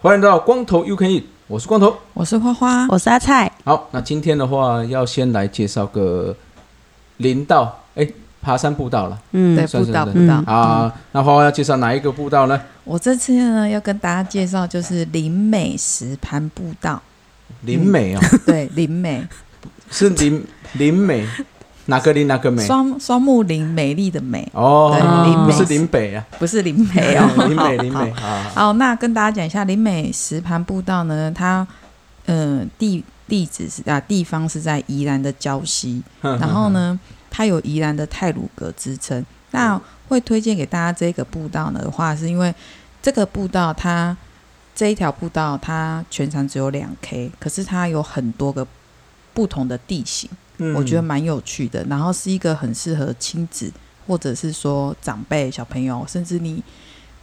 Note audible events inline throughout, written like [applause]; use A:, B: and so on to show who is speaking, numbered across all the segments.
A: 欢迎来到光头 You Can Eat，我是光头。
B: 我是花花，
C: 我是阿菜，
A: 好，那今天的话要先来介绍个林道，哎，爬山步道了、
C: 嗯
B: 对，
A: 算
B: 步
A: 是
B: 道
A: 对
B: 步道。
A: 啊。那花花要介绍哪一个步道呢？
B: 我这次呢要跟大家介绍就是林美石盘步
A: [laughs]
B: 道，
A: 林美哦，
B: 对，林美
A: 是林林美，哪个林哪个美？
B: 双双木林美丽的美，
A: 哦，
B: 对
C: 林
A: 不
C: 美
A: 是林北啊，
B: 不是林美哦
A: [laughs] 。林美林美
B: 好。
A: 啊，
B: 好，那跟大家讲一下林美石盘步道呢，它呃地地址是啊地方是在宜兰的礁溪，
A: [laughs]
B: 然后呢，它有宜兰的泰鲁阁之称。那会推荐给大家这个步道呢的话，是因为这个步道它这一条步道它全长只有两 K，可是它有很多个不同的地形，
A: 嗯，
B: 我觉得蛮有趣的。然后是一个很适合亲子或者是说长辈、小朋友，甚至你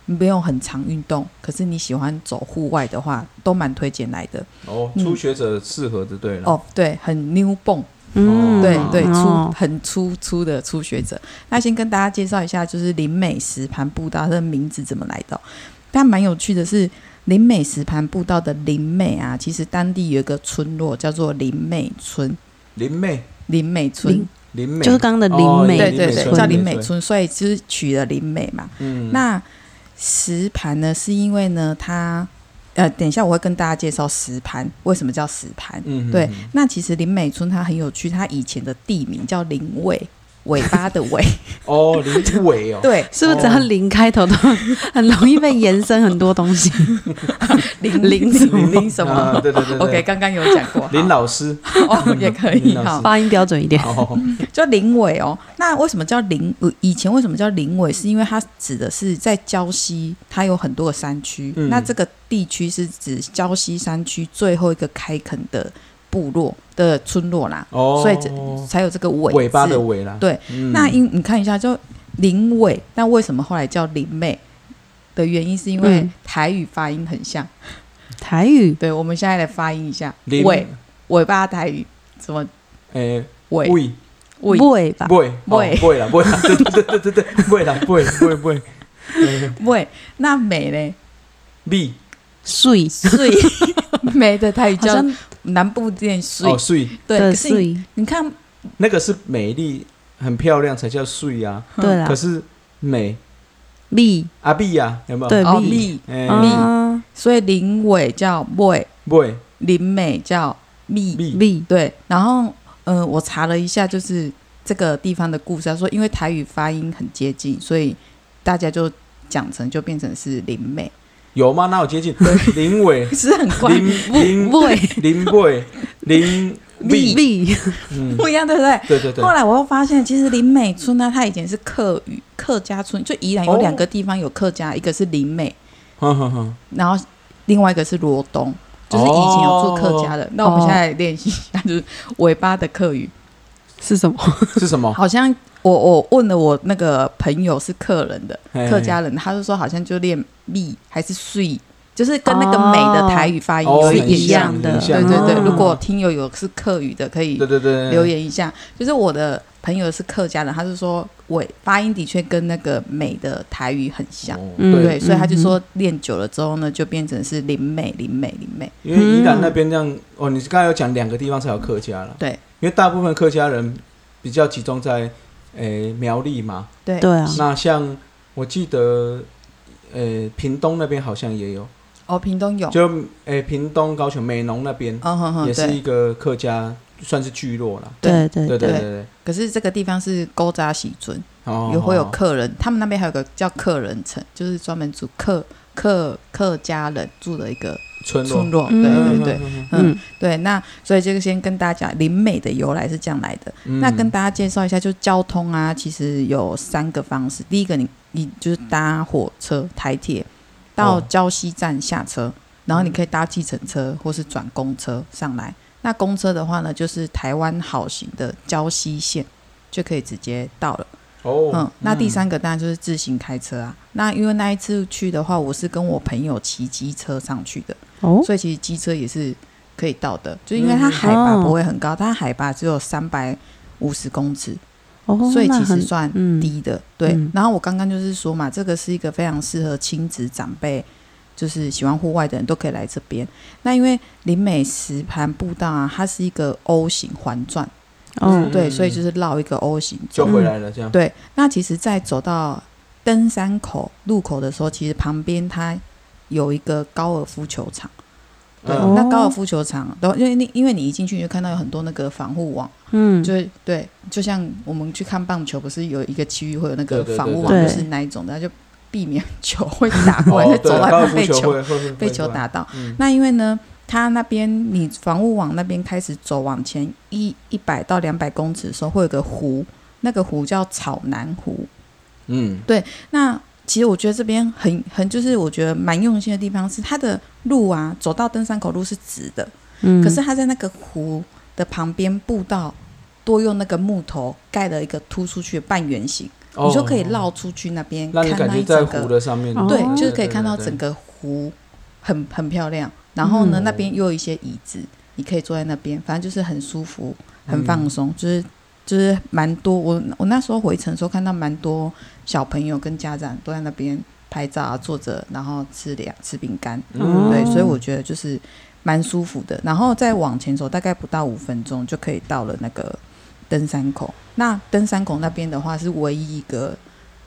B: 没有很常运动，可是你喜欢走户外的话，都蛮推荐来的。
A: 哦，
B: 嗯
A: 初学者适合的，对了。
B: 哦，对，很 new b
A: 嗯
B: 对对，初
C: 哦
B: 很初初的初学者。那先跟大家介绍一下，就是林美石盘步道它的名字怎么来的哦。但蛮有趣的是，林美石盘步道的林美啊，其实当地有一个村落叫做林美村，
A: 林妹
B: 林美村
C: 林，
A: 林美
C: 就是刚刚的林
A: 哦
C: 美
B: 对
A: 林
B: 对
A: 美
B: 对，
A: 村
B: 叫
A: 林
B: 林
A: 美
B: 美村，所以就是取了林美嘛。
A: 嗯，
B: 那石盘呢，是因为呢，它呃，等一下我会跟大家介绍石盘为什么叫石盘。
A: 嗯
B: 对
A: 嗯
B: 那其实林美村它很有趣，它以前的地名叫林尾，尾巴的
A: [laughs]
B: 尾。
A: 哦，林伟哦，
B: [laughs] 对，
C: 是不是只要零开头都 [laughs] 很容易被延伸很多东
B: [laughs]
C: 西？
B: 零
C: 零什么
B: 零零什
A: 啊
B: 么
A: 对对对对
B: [laughs] ？OK，刚刚有讲过。好
A: 林老师
B: 哦，也可以
A: 林老师
B: 哈，
C: 发音标准一点。
A: 哦，
B: 叫林尾哦。那为什么叫林？呃以前为什么叫林尾？是因为它指的是在礁溪，它有很多个山区。
A: 嗯
B: 那这个地区是指礁溪山区最后一个开垦的部落的村落啦，
A: 哦，
B: [laughs] 所以这才有这个尾
A: 尾巴
B: 字
A: 的尾啦。
B: 对
A: 嗯，
B: 那因你看一下，就林尾，那为什么后来叫林妹？的原因是因为
C: 嗯
B: 台语发音很像。
C: 台语
B: 对，我们现在来发音一下，
A: 林
B: 尾尾巴台语什么
A: 诶
B: 尾
A: 尾
B: 尾
C: 尾吧，
A: 尾哦
B: 尾
A: 尾啦尾啦， [laughs] 对对对对对对尾啦尾尾
B: [laughs]
A: 尾呃诶
B: 尾？那
C: [laughs]
B: 美嘞，
A: 米
C: 水
B: 水 [laughs] 美的台语
C: 好
B: 叫
C: 像
B: 南部店水
A: 哦，水
B: 对，可
C: 的
B: 是你
C: 水，
B: 你看
A: 那个是美丽很漂亮才叫水啊，
B: 嗯
C: 对啦
A: 可，是美
C: 力
A: 阿碧呀有没有？
C: 对
B: 哦
C: 米
B: 蜜，
A: 诶
B: 蜜
C: 啊
B: 所以林尾叫尾，
A: 尾
B: 林美叫蜜，
A: 米
C: 力
B: 对。然后嗯、呃我查了一下，就是这个地方的故事，他啊说因为台语发音很接近，所以大家就讲成就变成是林美，
A: 有吗？哪有接近？ [laughs] 林
B: [laughs]
A: 尾
B: 是很怪，
A: 林林
C: 尾
A: 林尾
B: [laughs]
A: 林
C: 力
A: 米，
C: 力
A: 嗯，
B: 不一样，对不对？
A: 对
B: [laughs]
A: 对对
B: 后，来我又发现，其实林美村呢，它以前是客语客家村，就宜兰有
A: 哦
B: 两个地方有客家，一个是林美，
A: 哼哼哼，
B: 然后另外一个是罗东，就是以前有做客家的。那我们
C: 哦
B: 现在来练习一下，就是尾巴的客语。
C: [laughs] 是什么？
A: 是什么？
B: 好像我我问了我那个朋友是客人的
A: 嘿
B: 客家人，他就说好像就练蜜还是碎，就是跟那个美的台语发音
A: 哦
B: 有
C: 是
B: 一点
C: 一
B: 像。
C: 样的
A: 很
B: 对
A: 像
B: 对对，
C: 哦
B: 如果听友有是客语的，可以
A: 对对对
B: 留言一下。就是我的朋友是客家人，他是说尾发音的确跟那个美的台语很像。
A: 哦
C: 嗯
A: 对
B: 对，，所以他就
C: 嗯
B: 说练久了之后呢，就变成是林美、林美、林美。
A: 因为宜兰那边这样，哦，你刚才有讲两个地方才有客家了，
B: 嗯对，
A: 因为大部分客家人比较集中在诶、苗栗嘛，
B: 对
C: 对啊，
A: 那像我记得呃屏东那边好像也有，
B: 哦，屏东有，
A: 就诶、屏东高雄美浓那边
B: 嗯哼哼，
A: 也是
B: 对。嗯
A: 一个客家算是聚落啦，
C: 对对
A: 对对
C: 对，
A: 对
B: 对
A: 对，
B: 可是这个地方是勾扎喜尊，
A: 哦
B: 也会有
A: 哦
B: 客人，他们那边还有个叫客人城，就是专门住客客客家人住的一个
A: 村落
B: 村，落。对
C: 嗯
B: 对对
A: 嗯，嗯
B: 嗯
C: 嗯，
B: 对。那所以这个先跟大家讲，林美的由来是这样来的。
A: 嗯
B: 那跟大家介绍一下，就交通啊，其实有三个方式。第一个你，你就是搭火车、台铁到
A: 哦
B: 礁溪站下车，然后你可以搭计程车或是转公车上来。那公车的话呢，就是台湾好行的礁溪线，就可以直接到了。
A: 哦，
B: 嗯，那第
A: 嗯
B: 三个当然就是自行开车啊。那因为那一次去的话，我是跟我朋友骑机车上去的，
C: 哦，
B: 嗯所以其实机车也是可以到的，就因为它海拔不会很高，它海拔只有三百五十公尺，
C: 哦
B: 所以
C: 那
B: 其实
C: 很
B: 算
C: 嗯
B: 低的。对，
C: 嗯
B: 然后我刚刚就是说嘛，这个是一个非常适合亲子长辈。就是喜欢户外的人都可以来这边。那因为林美石盘步道啊，它是一个 O 型环转，
C: 哦，
B: 对，所以就是绕一个 O 型
A: 就回来了，这样。
B: 对，那其实，在走到登山口路口的时候，其实旁边它有一个高尔夫球场。对，
A: 嗯
B: 那高尔夫球场，然后因为你因为你一进去你就看到有很多那个防护网，
C: 嗯，
B: 就是对，就像我们去看棒球，不是有一个区域会有那个
A: 对对
B: 防
A: 对
B: 护网，
C: 对
B: 就是那一种的，它就避免球会打过来，
A: 哦，
B: 走
A: 对，
B: 到
A: 高尔夫
B: 被
A: 球
B: 球
A: 会会会
B: 被
A: 会
B: 球
A: 会
B: 打到。
A: 嗯
B: 那因为呢，它那边你防护网那边开始走往前一一百到两百公尺的时候，会有个湖，那个湖叫草南湖。
A: 嗯，
B: 那其实我觉得这边很很就是我觉得蛮用心的地方是它的路啊，走到登山口路是直的，
C: 嗯
B: 可是它在那个湖的旁边步道多用那个木头盖了一个突出去的半圆形，
A: 哦
B: 你就可以绕出去那边
A: 让你
B: 看
A: 感
B: 那
A: 觉
B: 一
A: 在
B: 整
A: 湖
B: 个，
A: 的上面，
C: 哦
B: 对，
C: 对
B: 就是可以看到
A: 对
B: 整个湖很很漂亮。然后呢，
A: 嗯
B: 那边又有一些椅子，你可以坐在那边，反正就是很舒服，很放
C: 嗯
B: 松，就是。就是蛮多，我我那时候回程的时候看到蛮多小朋友跟家长都在那边拍照啊，坐着然后吃凉吃饼干，
A: 嗯
B: 对，
C: 哦
B: 所以我觉得就是蛮舒服的。然后再往前走，大概不到五分钟就可以到了那个登山口。那登山口那边的话是唯一一个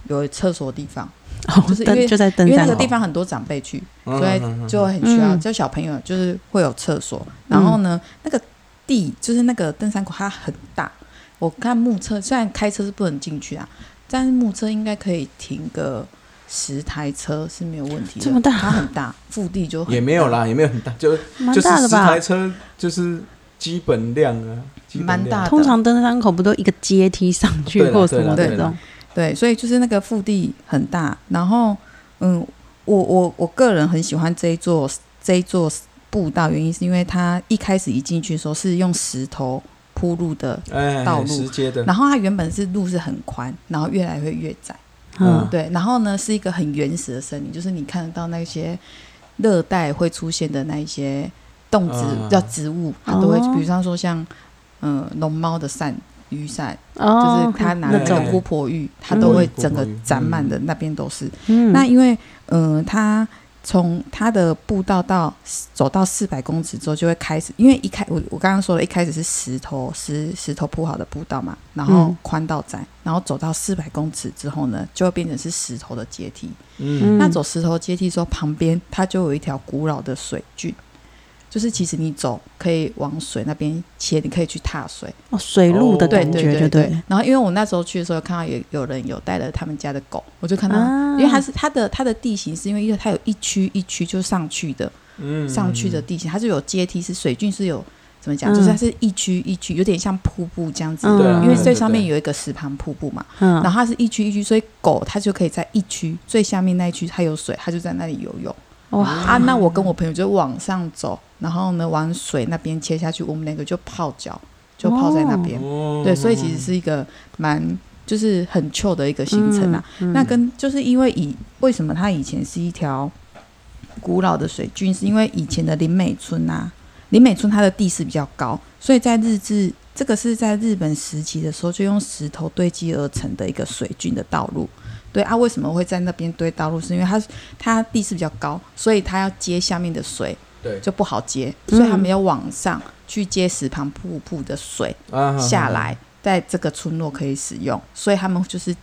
B: 有厕所的地方，
C: 哦
B: 就是因
C: 登
B: 为
C: 就在
B: 因
C: 登
B: 为那
C: 山
B: 个
C: 口
B: 地方很多长辈去，
A: 嗯
B: 所以
A: 嗯嗯
B: 就很需要，
C: 嗯
B: 就小朋友就是会有厕所。然后呢，那个地就是那个登山口，它很大。我看目测，虽然开车是不能进去啊，但是目测应该可以停个十台车是没有问题的。
C: 这么大
B: 它很大，腹地就很
A: 也没有
B: 大，
A: 啦，也没有很大，就
C: 蛮
A: 就是
C: 大的
A: 十台
C: 吧？
A: 车就是基本量啊，基本
B: 蛮
A: 量
B: 大的。
C: 通常登山口不都一个阶梯上去
A: 对啦
C: 或什么
A: 对
B: 啦
C: 这种？
B: 对，所以就是那个腹地很大，然后嗯，我我我个人很喜欢这一座这一座步道，原因是因为它一开始一进去的时候是用石头铺路的，
A: 哎，
B: 道路
A: 石阶的，
B: 然后它原本是路是很宽，然后越来会越窄，
A: 嗯
C: 嗯，
B: 对，然后呢是一个很原始的森林，就是你看得到那些热带会出现的那一些动植
A: 嗯
B: 叫植物，它都会，
C: 哦
B: 比方说像嗯龙猫的扇雨伞，
C: 哦，
B: 就是他拿
A: 那
B: 那个
A: 种
B: 巫婆玉，他
C: 嗯
B: 都会
A: 巫婆
B: 整个
A: 玉
B: 展满的，那边都是。
C: 嗯
B: 那因为，嗯，他从他的步道到走到四百公尺之后，就会开始，因为一开我我刚刚说了一开始是石头石石头铺好的步道嘛，然后
C: 嗯
B: 宽到窄，然后走到四百公尺之后呢，就会变成是石头的阶梯。
A: 嗯，
B: 那走石头阶梯的时候，旁边它就有一条古老的水郡。就是其实你走可以往水那边切，你可以去踏水，
C: 哦水路的
A: 哦对
C: 感觉就对了，
B: 然后因为我那时候去的时候，看到有有人有带了他们家的狗，我就看到，
C: 啊
B: 因为它是它的它的地形是因为因为它有一区一区就上去的
A: 嗯
B: 上去的，地形，它是有阶梯，是水郡是有怎么
C: 嗯
B: 讲，就是它是一区一区，有点像瀑布这样子。
C: 嗯
A: 对啊，
B: 因为
A: 对
B: 最上面
A: 对
B: 有一个石盘瀑布嘛，
C: 嗯
B: 然后它是一区一区，所以狗它就可以在一区最下面那一区，它有水，它就在那里游泳。
A: 嗯
C: 哇，
B: 啊，那我跟我朋友就往上走，然后呢往水那边切下去，我们两个就泡脚，就泡在那
C: 哦
B: 边。
A: 哦
B: 对，所以
C: 嗯
B: 其实是一个蛮就是很 chill 的一个行程啊。
C: 嗯，嗯
B: 那跟就是因为以为什么它以前是一条古老的水郡，是因为以前的林美村啊，林美村它的地势比较高，所以在日治这个是在日本时期的时候就用石头堆积而成的一个水郡的道路。对啊，为什么会在那边堆道路？是因为它它地势比较高，所以它要接下面的水
A: 对
B: 就不好接，
C: 嗯
B: 所以他们要往上去接石旁瀑布的水。
A: 啊
B: 下，来，在这个村落可以使用，所以他们就是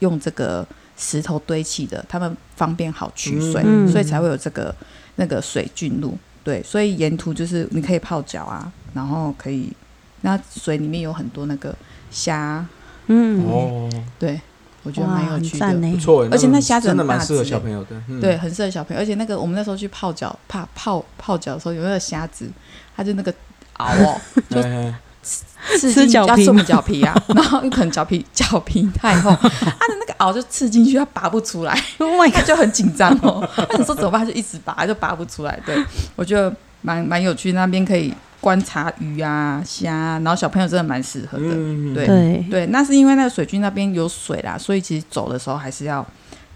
B: 用这个石头堆砌的，他们方便好取水，
C: 嗯
B: 所以才会有这个那个水郡路。对，所以沿途就是你可以泡脚啊，然后可以，那水里面有很多那个虾，
A: 嗯
C: 嗯
A: 哦，
B: 对我觉得
C: 哇，
B: 蛮有
C: 很
B: 趣的
C: 赞。呢
A: 不，错耶，欸
B: 而且
A: 个
B: 那虾子
A: 真的
B: 很
A: 蛮
B: 大
A: 适合
B: 只
A: 小
B: 耶
A: 朋友的，嗯
B: 对，，很适合小朋友，而且那个我们那时候去泡脚，泡泡泡脚的时候，有那个虾子，它就那个熬哦，就
A: 哎哎
B: 刺
C: 吃
B: 进去
C: 脚
B: 要
C: 皮
B: 送
C: 吗
B: [laughs] 脚皮啊，然后又可能脚皮脚皮太厚，它的那个螯就刺进去，它拔不出来，
C: [laughs]
B: [laughs]
C: Oh my
B: 它就很紧张 [laughs] 哦。那你说怎么办？它就一直拔，它就拔不出来。对我觉得蛮蛮有趣，那边可以观察鱼啊、虾啊，然后小朋友真的蛮适合的。
A: 嗯，
B: 对
C: 对，
B: 对，那是因为那个水郡那边有水啦，所以其实走的时候还是要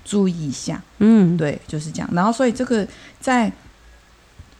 B: 注意一下。
C: 嗯，
B: 对，就是这样。然后所以这个在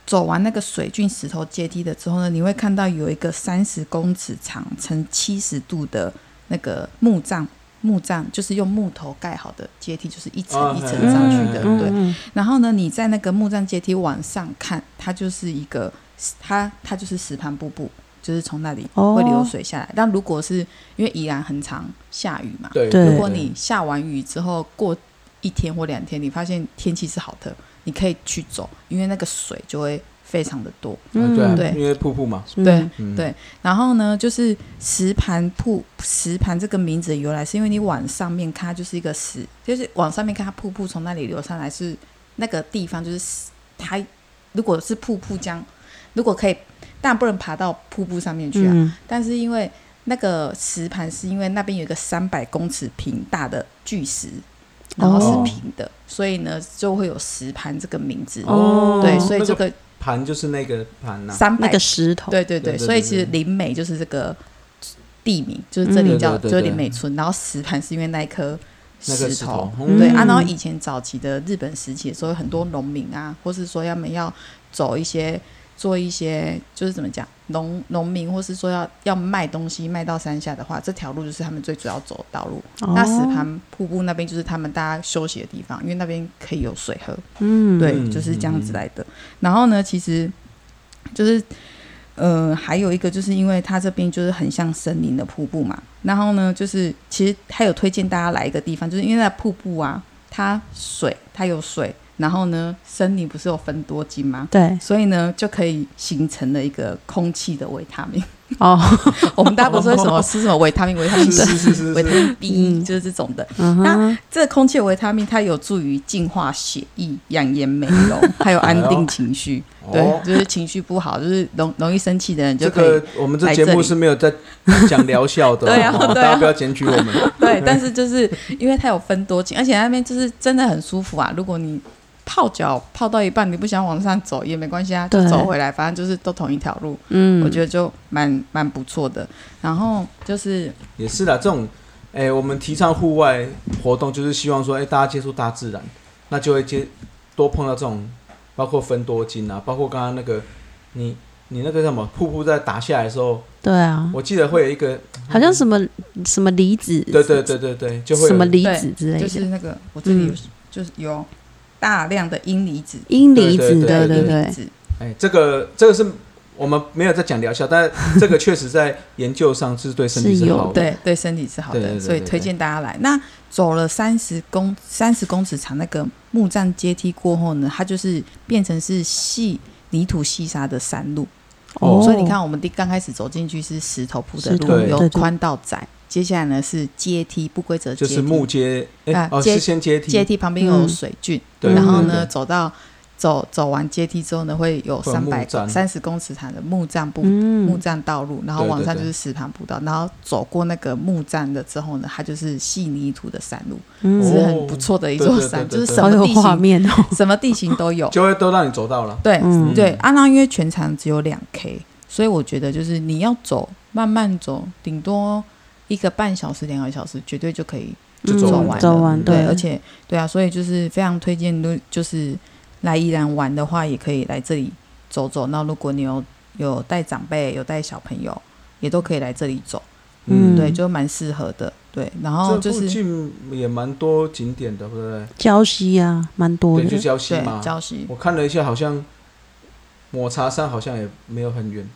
B: 走完那个水郡石头阶梯的之后呢，你会看到有一个三十公尺长、呈七十度的那个木杖。木杖就是用木头盖好的阶梯，就是一层一层
A: 嗯
B: 上去的，
A: 嗯
B: 啊对。
C: 嗯，
B: 然后呢，你在那个木栈阶梯往上看，它就是一个，它它就是石盘瀑布，就是从那里
C: 哦
B: 会流水下来。但如果是因为宜兰很常下雨嘛，
A: 对
C: 对
B: 如果你下完雨之后过一天或两天，你发现天气是好的，你可以去走，因为那个水就会非常的多。
A: 嗯对啊
B: 对
A: 因为瀑布嘛，
C: 嗯
B: 对
A: 嗯
B: 对然后呢，就是石盘瀑石盘这个名字的由来，是因为你往上面看，它就是一个石，就是往上面看，它瀑布从那里流上来是那个地方，就是石它如果是瀑布江，如果可以，当然不能爬到瀑布上面去啊，
C: 嗯
B: 但是因为那个石盘是因为那边有一个三百公尺平大的巨石，然后
A: 哦
B: 是平的，所以呢就会有石盘这个名字。
C: 哦
B: 对，所以
A: 那
B: 这
A: 个
B: 个
A: 盘就是那个盘呐，
B: 三
C: 那
B: 百
C: 个石头，
B: 对对
A: 对对
B: 对，
A: 对
B: 所以其实
A: 对
B: 林美就是这个地名，就是这里
A: 嗯
B: 叫
A: 对对对
B: 就是
A: 对
B: 林美村，然后石盘是因为那一颗
A: 那个石
B: 头
A: 头，，
C: 嗯
B: 对啊，然后以前早期的日本时期的时候，有很多农民啊，或是说他们要走一些做一些，就是怎么讲，农农民或是说要要卖东西卖到山下的话，这条路就是他们最主要走的道路。那石
C: 哦，
B: 盘瀑布那边就是他们大家休息的地方，因为那边可以有水喝。
C: 嗯，
B: 对，
A: 嗯
B: 就是这样子来的。然后呢，其实就是呃，还有一个就是因为它这边就是很像森林的瀑布嘛。然后呢，就是其实还有推荐大家来一个地方，就是因为那瀑布啊，它水它有水，然后呢，森林不是有分多金吗？
C: 对，
B: 所以呢，就可以形成了一个空气的维他命。 [laughs]
C: 哦，
B: 我们大家不是
A: [laughs]
B: 说什么吃什么维他命、维他命
A: 是
B: C、
A: 是是是
B: 维他
A: 是，
B: 命 B，
C: 嗯
B: 就是这种的。
C: 嗯哼，
B: 这个空气维他命它有助于净化血液、养颜美
A: [laughs]
B: 容，还有安定情绪。对
A: 哦，，
B: 就是情绪不好，就是容容易生气的人就
A: 这
B: 可
A: [laughs]
B: 以。
A: 个我们这节目是没有在讲疗效
B: [laughs]
A: 的，
B: 对啊
A: 哦
B: 对啊
A: 大家不要检举我们。
B: 对，但是就是因为它有分多金，而且那边就是真的很舒服啊。如果你泡脚泡到一半，你不想往上走也没关系啊，就
C: 对
B: 走回来，反正就是都同一条路，
C: 嗯，
B: 我觉得就蛮蛮不错的。然后就是
A: 也是啦，这种，哎、我们提倡户外活动，就是希望说，哎、大家接触大自然，那就会接多碰到这种，包括分多金啊，包括刚刚那个，你你那个叫什么瀑布在打下来的时候，
C: 对啊，
A: 我记得会有一个，
C: 好像什么什么离子，
A: 对对对对对，就会
C: 什么
A: 有
C: 离子之类
B: 就
C: 的，
B: 是那个我这里有、
C: 嗯
B: 就是有大量的阴离子，
C: 阴离子，
A: 对
C: 对
A: 对
C: 对
B: 阴离
C: 对，
B: 子，
A: 哎、这个这个是我们没有在讲疗效，但这个确实在研究上是对身体
C: 是有
A: 好的。
B: 对对，身体是好的，
A: 对对对
B: 所以
A: 对
B: 推荐大家来。那走了三十公三十公尺长那个木栈阶梯过后呢，它就是变成是细泥土细沙的山路，
A: 哦
B: 所以你看我们第刚开始走进去是石头铺
C: 石
B: 的路
A: 头，对
B: 由
C: 对对
B: 宽到窄，接下来呢是阶梯不规则阶
A: 就
B: 梯，
A: 是木阶，哎、
B: 啊
A: 哦，
B: 阶
A: 是先阶梯，
B: 阶梯旁边有水郡，
A: 对
B: 然后
A: 对
B: 呢
A: 对
B: 走到走走完阶梯之后呢，会有
A: 会有
B: 三百
A: 木栈
B: 三十公尺长的木栈步
C: 嗯，
B: 木栈道路，然后
A: 对对
B: 往上
A: 对
B: 就是石盘步道，然后走过那个木栈的之后呢，它就是细泥土的山路，
C: 嗯
A: 哦
B: 是很不错的一座
A: 对对对
B: 山，
A: 对对
B: 就是什
C: 好
B: 么
C: 有
B: 地
C: 画
B: 形
C: 面哦，
B: 什么地形都有。
A: 就会都让你走到了。
B: 对
C: 嗯
B: 对，啊，那因为全长只有两 K，所以我觉得就是你要走慢慢走，顶多一个半小时、两个小时，绝对就可以
A: 就走完了
C: 嗯走完，
A: 对
B: 对，而且对啊，所以就是非常推荐，如就是来宜兰玩的话，也可以来这里走走。那如果你有有带长辈、有带小朋友，也都可以来这里走，
C: 嗯
B: 对，就蛮适合的。对，然后就
A: 这附
B: 是
A: 近也蛮多景点的，对不对？
C: 礁溪啊，蛮多
A: 对，
C: 的
A: 就，礁溪
B: 对
A: 嘛。
B: 礁溪，
A: 我看了一下，好像抹茶山好像也没有很远，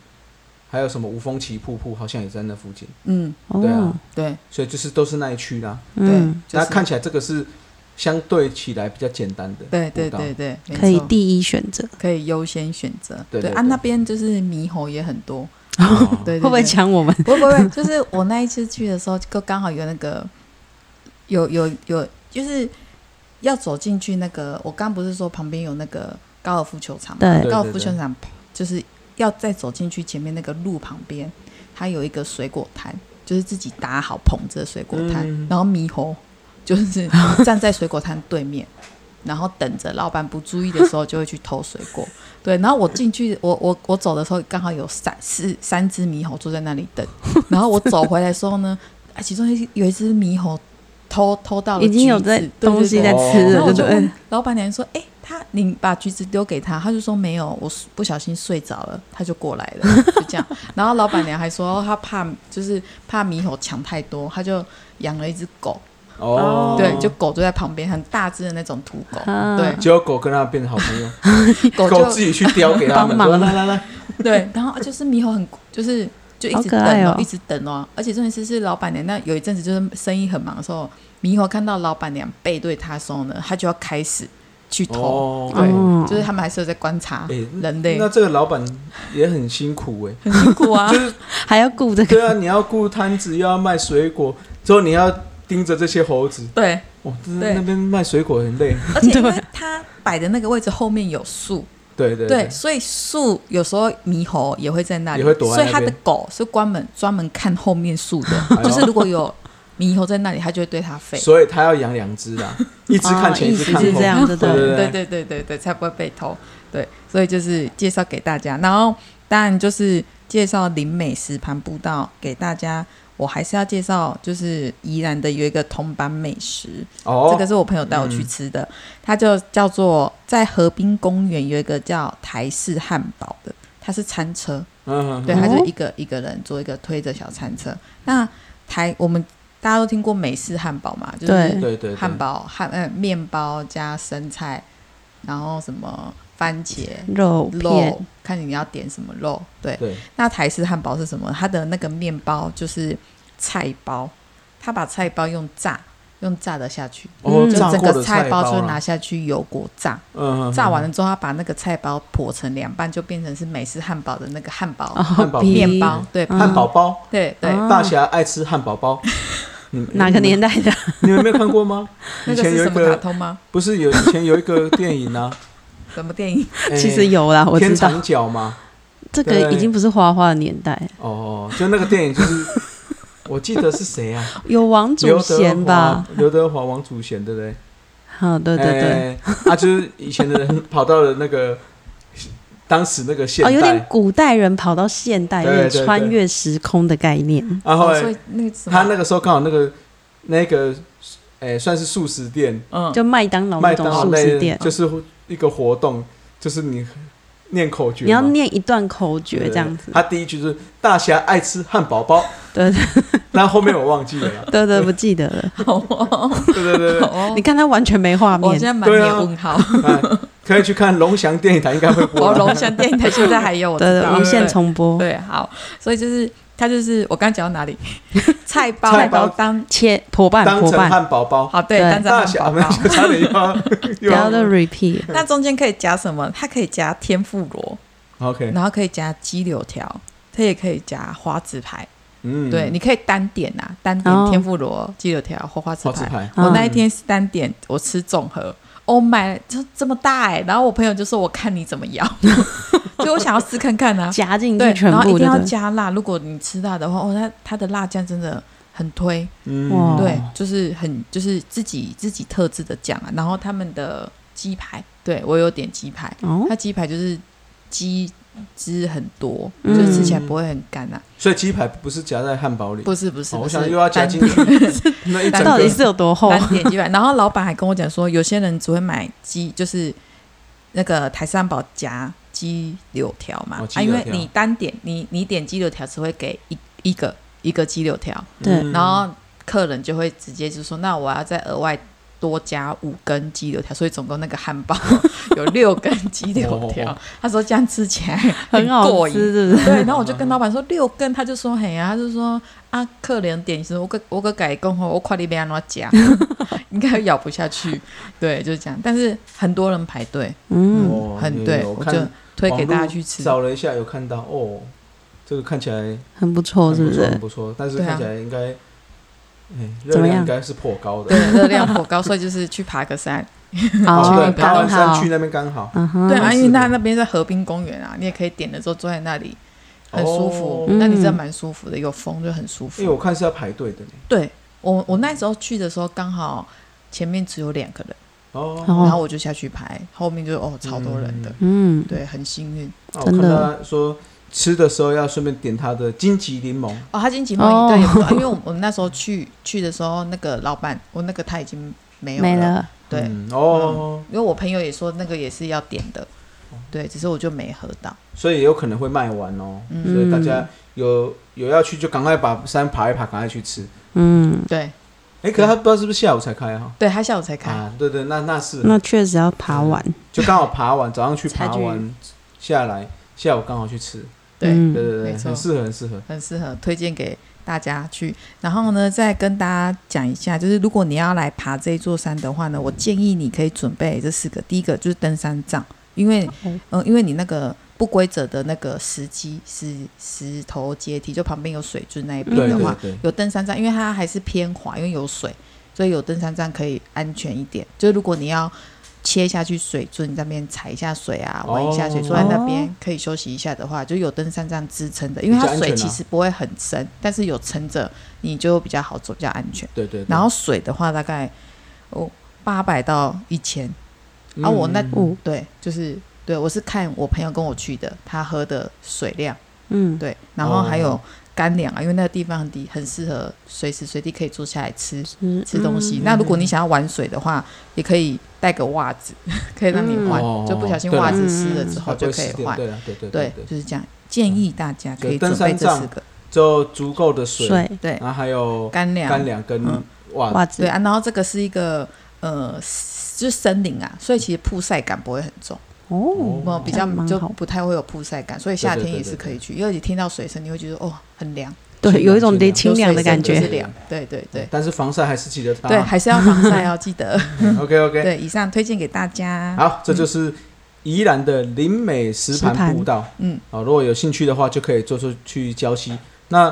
A: 还有什么五峰旗瀑布好像也在那附近，
B: 嗯，
A: 对啊
C: 哦，
B: 对
A: 所以就是都是那一区啦。
B: 对
C: 嗯，，
B: 就
A: 那、
B: 是
A: 看起来这个是相对起来比较简单的，
B: 对 [laughs] 对
A: 步道
B: 对对，没
C: 可以
B: 错
C: 第一选择，
B: 可以优先选择。
A: 对对
B: 啊，
A: 对
B: 那边就是猕猴也很多，
A: 哦
B: 对，对
C: 会不会
B: 对
C: 抢我们？
B: 不会不会，就是我那一次去的时候，就刚好有那个，有有有，就是要走进去那个，我刚不是说旁边有那个高尔夫球场吗，
C: 对，
B: 高尔夫球场就是要再走进去前面那个路旁边，它有一个水果摊，就是自己打好棚子的水果摊，
A: 嗯
C: [laughs]
B: 然后猕猴就是站在水果摊对面，然后等着老板不注意的时候就会去偷水果。对，然后我进去，我我我走的时候刚好有三四三只猕猴坐在那里等，然后我走回来的时候呢，啊，其中一有一只猕猴偷偷到了
C: 已经有
B: 橘子
C: 在
B: 对对
C: 东西
B: 对
C: 在吃
B: 然
C: 了，
B: 后我
C: 对
B: 就
C: 不对
B: 问？老板娘说：“哎、他你把橘子丢给他？”他就说：“没有，我不小心睡着了，他就过来了，就这样。”然后老板娘还说她怕就是怕猕猴抢太多，她就养了一只狗，
A: 哦，
B: 对，就狗就在旁边，很大只的那种土狗，
C: 啊
A: [laughs]
B: 对，
A: 结果狗跟他变成好朋友，
B: [laughs] 狗
A: 狗
B: 就
A: 自己去叼给他们，
C: 帮
B: 啊
A: 说
C: 忙
A: 来来来，
B: 对，然后啊就是猕猴很就是就一
C: 好
B: 直
C: 可
B: 等
C: 爱
B: 哦
C: 哦，
B: 一直等哦，而且重点是是老板娘那有一阵子就是生意很忙的时候，猕猴看到老板娘背对他的时候呢，他就要开始去偷，
A: 哦，
B: 对
C: 哦
B: 就是他们还是有在观察
A: 哎
B: 人类，
A: 那这个老板也很辛苦
B: [laughs]
A: 哎、
B: 很辛苦啊
A: 就。是
C: 还要顾这
A: 对
C: 个，
A: 啊，你要顾摊子，又要卖水果，之后你要盯着这些猴子，
B: 对，
A: 哇，这
B: 对
A: 那边卖水果很累，[laughs]
B: 而且因为他摆的那个位置后面有树，
A: 对对
B: 对，所以树有时候猕猴也会在那里，
A: 也会躲在
B: 所
A: 那边哎
B: 以他的狗是关门专门看后面树
A: [laughs]
B: 的，
A: 呦
B: 就是如果有猕猴在那里，它就会对它
A: [laughs]
B: 吠。
A: 所以他要养两只啊， [laughs] 一只看前，
C: 哦
A: 一只
C: 意思
A: 看后，
C: 是这样，对不
A: 对
C: 对？
A: 对
B: 对对对对对，才不会被偷。对，所以就是介绍给大家，然后当然就是介绍林美石盘步道给大家。我还是要介绍，就是宜兰的有一个铜板美食，
A: 哦，
B: 这个是我朋友带我去吃的，它就叫做在河滨公园有一个叫台式汉堡的，它是餐车，
A: 嗯，嗯
B: 对，
A: 嗯
B: 它
C: 哦
B: 就一个一个人做一个推着小餐车。那台我们大家都听过美式汉堡嘛，就
C: 对
B: 是
A: 对对，
B: 汉堡汉呃面包加生菜，然后什么番茄
C: 肉片
B: 肉，看你要点什么肉，对，
A: 对，
B: 那台式汉堡是什么？它的那个面包就是菜包，它把菜包用炸，用炸的下去，
A: 哦，
C: 嗯
B: 就
A: 炸
B: 整
A: 过
B: 个
A: 的
B: 菜
A: 包
B: 包就
A: 啦
B: 拿，下去油锅炸，
A: 嗯，嗯嗯
B: 炸完了之后，它把那个菜包剖成两半，就变成是美式汉堡的那个汉堡
A: 汉堡
C: 哦皮
B: 面包，对
C: 嗯
A: 汉堡包，
B: 对对，
C: 哦
A: 大侠爱吃汉堡包，你们
C: 哪个年代的？
A: 你们没有看过吗？以
B: 那个
A: 前
B: 是
A: 有一
B: 什么卡
A: 个
B: 通吗？
A: 不是有以前有一个电影啊，
B: 什
A: [laughs]
B: 么电影？
C: [laughs]
A: 哎
C: 其实有啦，我
A: 天
C: 知道
A: 长角嘛，
C: 这
A: 对
C: 个已经不是花花的年代，
A: 哦，就那个电影就是我记得是谁啊？
C: 有王祖
A: 刘德
C: 贤
A: 华
C: 吧？，
A: 刘德华、王祖贤，对不对？
C: 好，对对对，
A: 哎，啊，就是以前的人跑到了那个当时那个现
C: 哦，有点
A: 代，
C: 古代人跑到现代，有
A: 对
C: 点
A: 对对
C: 穿越时空的概念。
A: 然后
B: 哦
A: 哎
B: 所以那个什
A: 他那
B: 么，
A: 个时候刚好那个那个哎算是素食店，
B: 嗯， [laughs]
C: 就麦当劳那
A: 麦
C: 种
A: 当劳
C: 哦素食
A: 类
C: 店，
A: 就是一个活动，就是你念口诀嘛，
C: 你要念一段口诀
A: 对
C: 这样子。
A: 他第一句是“大侠爱吃汉堡包
C: 对”，
A: 那后面我忘记
C: [laughs]
A: 了啦。
C: 对对，不记得了。
B: [laughs] 好哦，
A: 对对对对，
B: 好哦
C: 你看他完全没画
B: 我
C: 面
B: 现，在满
A: 对啊
B: 脸
A: [laughs]
B: 问号。
A: 哎可以去看龙翔电影台，应该
C: [laughs]
A: 会播
B: 我
A: 啦。
B: 龙翔电影台现在还有，我知
C: 对
B: 道
C: 对，无限重播，
B: 对，好，所以就是他就是我刚讲到哪
A: [laughs]
B: 里，菜包
A: 菜包
B: 当
C: 切破半
A: 当
C: 破
A: 成
C: 半，
A: 汉堡包，
B: 好对
C: 对
B: 当成
A: 大
B: 汉
A: 侠
B: 堡
A: 我们
B: 包。
A: 差点又要
C: 不
A: 又
C: 要
A: 要
C: 再 repeat。
B: 那中间可以加什么？它可以加天妇罗，
A: OK，
B: 然后可以加鸡柳条，它也可以加花枝牌。
A: 嗯，
B: 对，，你可以单点啊，单点
C: 哦
B: 天妇罗、鸡柳条或花枝
A: 好吃
B: 牌。
A: 牌，
B: 我那一
A: 嗯
B: 天是单点，我吃综合。Oh my，就这么大哎、然后我朋友就说：“我看你怎么
C: [laughs]
B: 咬，就我想要试看看啊。”
C: 夹进
B: 对
C: 去，全
B: 然后一
C: 部
B: 定
C: 对
B: 要
C: 对，
B: 加辣。如果你吃辣的话，哦，它它的辣酱真的很推，
A: 嗯
C: 哇哦
B: 对，就是很就是自己自己特制的酱啊。然后他们的鸡排，对我有点鸡排，
C: 哦，
B: 它鸡排就是鸡汁很多，
C: 嗯
B: 就吃起来不会很干啊。
A: 所以鸡排不是夹在汉堡里，
B: 不是不是，
A: 哦
B: 不
A: 我
B: 是
A: 想又要加哦
B: 单
A: 进
B: [laughs] 点
A: 去那一整
C: 到底
A: 个
C: 是有多厚？
B: 单点鸡 [laughs] 排。然后老板还跟我讲说，有些人只会买鸡，就是那个台山堡夹鸡柳条嘛，
A: 哦鸡
B: 啊，因
A: 柳
B: 为
A: 条
B: 你单点你你点鸡柳条只会给一一个一个鸡柳条。
C: 对
A: 嗯
B: 然后客人就会直接就说：“那我要再额外多加五根鸡柳条，所以总共那个汉堡 [laughs] 有六根鸡柳条
A: 哦。”
B: 他说这样吃起来
C: 很好
B: 过瘾。
C: 吃，是不是？
A: [laughs]
B: 对，然后我就跟老板说六根，他就说嘿呀、啊，他就说啊，客人点心，我个我个改工后，我快递被安怎夹，
A: [laughs]
B: 应该咬不下去。对，就是这样。但是很多人排队，
C: 嗯，
A: 哦
B: 很
A: 有
B: 对，
A: 有
B: 我
A: 看
B: 就推给
A: 网
B: 大家
A: 络
B: 去吃。
A: 找了一下，有看到哦，这个看起来
C: 很不错，
A: 很
C: 是
A: 不
C: 不
A: 错，很
C: 是？
A: 不错，但是
B: 对啊
A: 看起来应该，哎，热
C: 怎么
A: 量
C: 样
A: 应该是颇高的
B: 对。，热量颇高，所以就是去爬
A: [laughs]
B: 个山，
A: 哦
C: 好，
A: 对，
B: 爬
A: 爬
C: 刚
A: 完山
C: 好
A: 去，那边刚好，
C: 嗯哼，
B: 对啊，
A: 是
B: 因为
A: 的
B: 那那边是河滨公园啊，你也可以点了之后坐在那里，很舒服。
A: 哦
B: 那你真的
C: 嗯
B: 蛮舒服的，有风就很舒
A: 因为我
B: 服。
A: 看是要排队的呢。
B: 对我，我那时候去的时候刚好前面只有两个人，
A: 哦，
C: 然
B: 然后
C: 后
B: 我就下去拍，后面就哦超多人的，
C: 嗯，
B: 对，很幸运
A: 那我
C: 真
A: 看
C: 的
A: 到他说吃的时候要顺便点他的荆棘柠檬，
B: 哦。他经济
C: 哦
B: 梦对，也不错因为我我们那时候去去的时候，那个老板我那个他已经没有
C: 没了，
B: 对，
A: 嗯哦，
B: 因为我朋友也说那个也是要点的，对，只是我就没喝到。
A: 所以也有可能会卖完哦，
B: 嗯
A: 所以大家有有要去就赶快把山爬一爬，赶快去吃。
C: 嗯，
B: 对，
A: 哎，可是他不知道是不是下午才开哈？
B: 对他下午才开，
A: 啊，对对，那那是
C: 那确实要爬完，
A: 就刚好爬完，早上去
B: 才
A: 爬
B: 去
A: 完下来，下午刚好去吃，
B: 对
A: 对
C: 嗯
A: 对对，
B: 没错
A: 很适合很适合。
B: 很适合呃推荐给大家去。然后呢，再跟大家讲一下，就是如果你要来爬这座山的话呢，我建议你可以准备这四个，第一个就是登山杖，因为
C: 哦
B: 嗯、呃因为你那个不规则的那个石基石石头阶梯，就旁边有水樽嗯那一边
A: 对
B: 的话
A: 对，对，
B: 有登山杖，因为它还是偏滑，因为有水，所以有登山杖可以安全一点。就是如果你要切下去水柱，你在那边踩一下水啊，
A: 哦
B: 玩一下水，坐在那边可以休息一下的话，就有登山杖支撑的，因为它
A: 比较安全
B: 水
A: 啊
B: 其实不会很深，但是有撑着你就比较好走，比较安全。
A: 对对。对
B: 然后啊水的话，大概哦八百到一千，
A: 嗯
B: 啊我那
C: 哦，
B: 对，就是对我是看我朋友跟我去的，他喝的水量。
C: 嗯，
B: 对，然后还有
A: 哦
B: 干粮啊，因为那个地方很低，很适合随时随地可以坐下来吃
C: 嗯
B: 吃东西。那如果你想要玩水的话，也可以带个袜子， [laughs] 可以让你换，
A: 嗯
B: 就不小心
A: 哦
B: 袜子
C: 对
B: 湿了
C: 嗯
B: 之
A: 才
B: 后
A: 不
B: 就
A: 会
B: 可以
A: 死掉
B: 换。
A: 对啊对对
B: 对
A: 对，对，
B: 就是这样。建议大家可
A: 就
B: 以
A: 登
B: 准
A: 山
B: 备这
A: 杖
B: 四个
A: 就足够的水，
C: 水
B: 对
A: 然后还有
B: 干粮，
A: 干粮跟
B: 嗯
A: 袜子。
C: 袜
B: 对
C: 子，
B: 啊。然后这个是一个呃，就是森林啊，所以其实曝晒感不会很重。
C: 哦，
B: 哦，比较
C: 蛮
B: 就
C: 好
B: 不太会有曝晒感，所以夏
A: 对对
B: 天
A: 对
B: 也
A: 对
B: 是可以
A: 对
B: 去，因为你听到水声，你会觉得哦很凉，
C: 对，有一种得
B: 有
C: 清凉的
B: 水
C: 感
B: 声就是
C: 觉，
B: 凉。对对对
A: 但是防晒还是记得啊擦。
B: 对，还是要防晒哦，
A: [laughs]
B: 记得。
A: OK OK，
B: [laughs] 对，啊以上推荐给大家。
A: 好，这就是宜兰的林美石
C: 石盘
A: 盘步道。
B: 嗯，
A: 哦，如果有兴趣的话，就可以做出去礁溪。那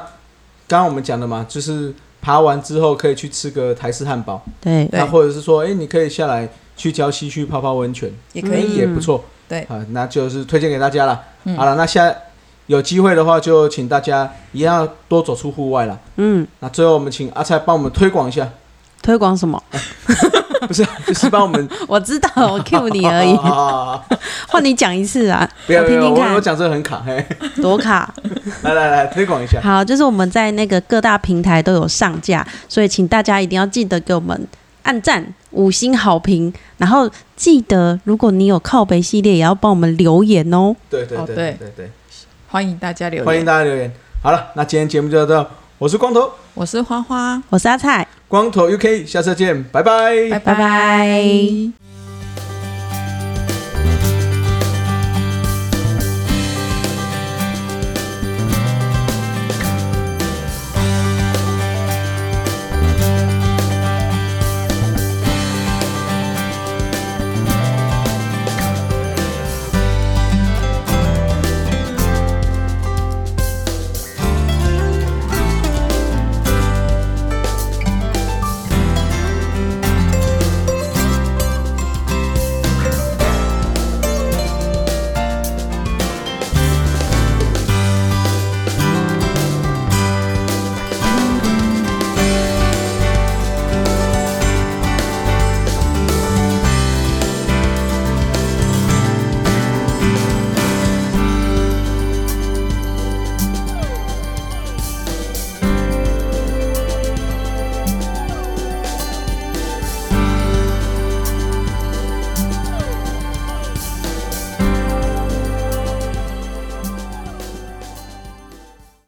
A: 刚刚我们讲的嘛，就是爬完之后可以去吃个台式汉堡，
C: 对，
B: 对
A: 那或者是说，哎，你可以下来去礁溪去泡泡温泉，
B: 也可
C: 嗯
B: 以。
A: 哎也不错。
B: 对
A: 啊，那就是推荐给大家了。
B: 嗯
A: 好了，那下有机会的话，就请大家一样要多走出户外了。
C: 嗯，
A: 那最后我们请阿菜帮我们推广一
C: [laughs]
A: 下，
C: 推广什
B: [laughs]
C: 么？
A: 不是，就是帮我们啊
C: 我知道，我 Q [laughs] 你
A: [laughs]
C: 而已
A: 好，好好
C: [laughs]
A: 好
C: 换你讲一次啊，
A: [laughs] 不要
C: 我
A: 不
C: 听
A: 要，
C: 听
A: 我我
C: 看。
A: 讲这个很卡，嘿， [laughs]
C: 多卡，
A: 来来来，推广一下。
C: 好，就是我们在那个各大平台都有上架，所以请大家一定要记得给我们按赞、五星好评，然后记得如果你有靠北系列，也要帮我们留言哦。
A: 对对
B: 哦
A: 对
B: 对
A: 对对，
B: 欢迎大家留言。
A: 欢迎大家留言。好了，那今天节目就到这，我是光头，
B: 我是花花，
C: 我是阿菜，
A: 光头哎 UK，下次见，拜拜
B: 拜
C: 拜拜
B: 拜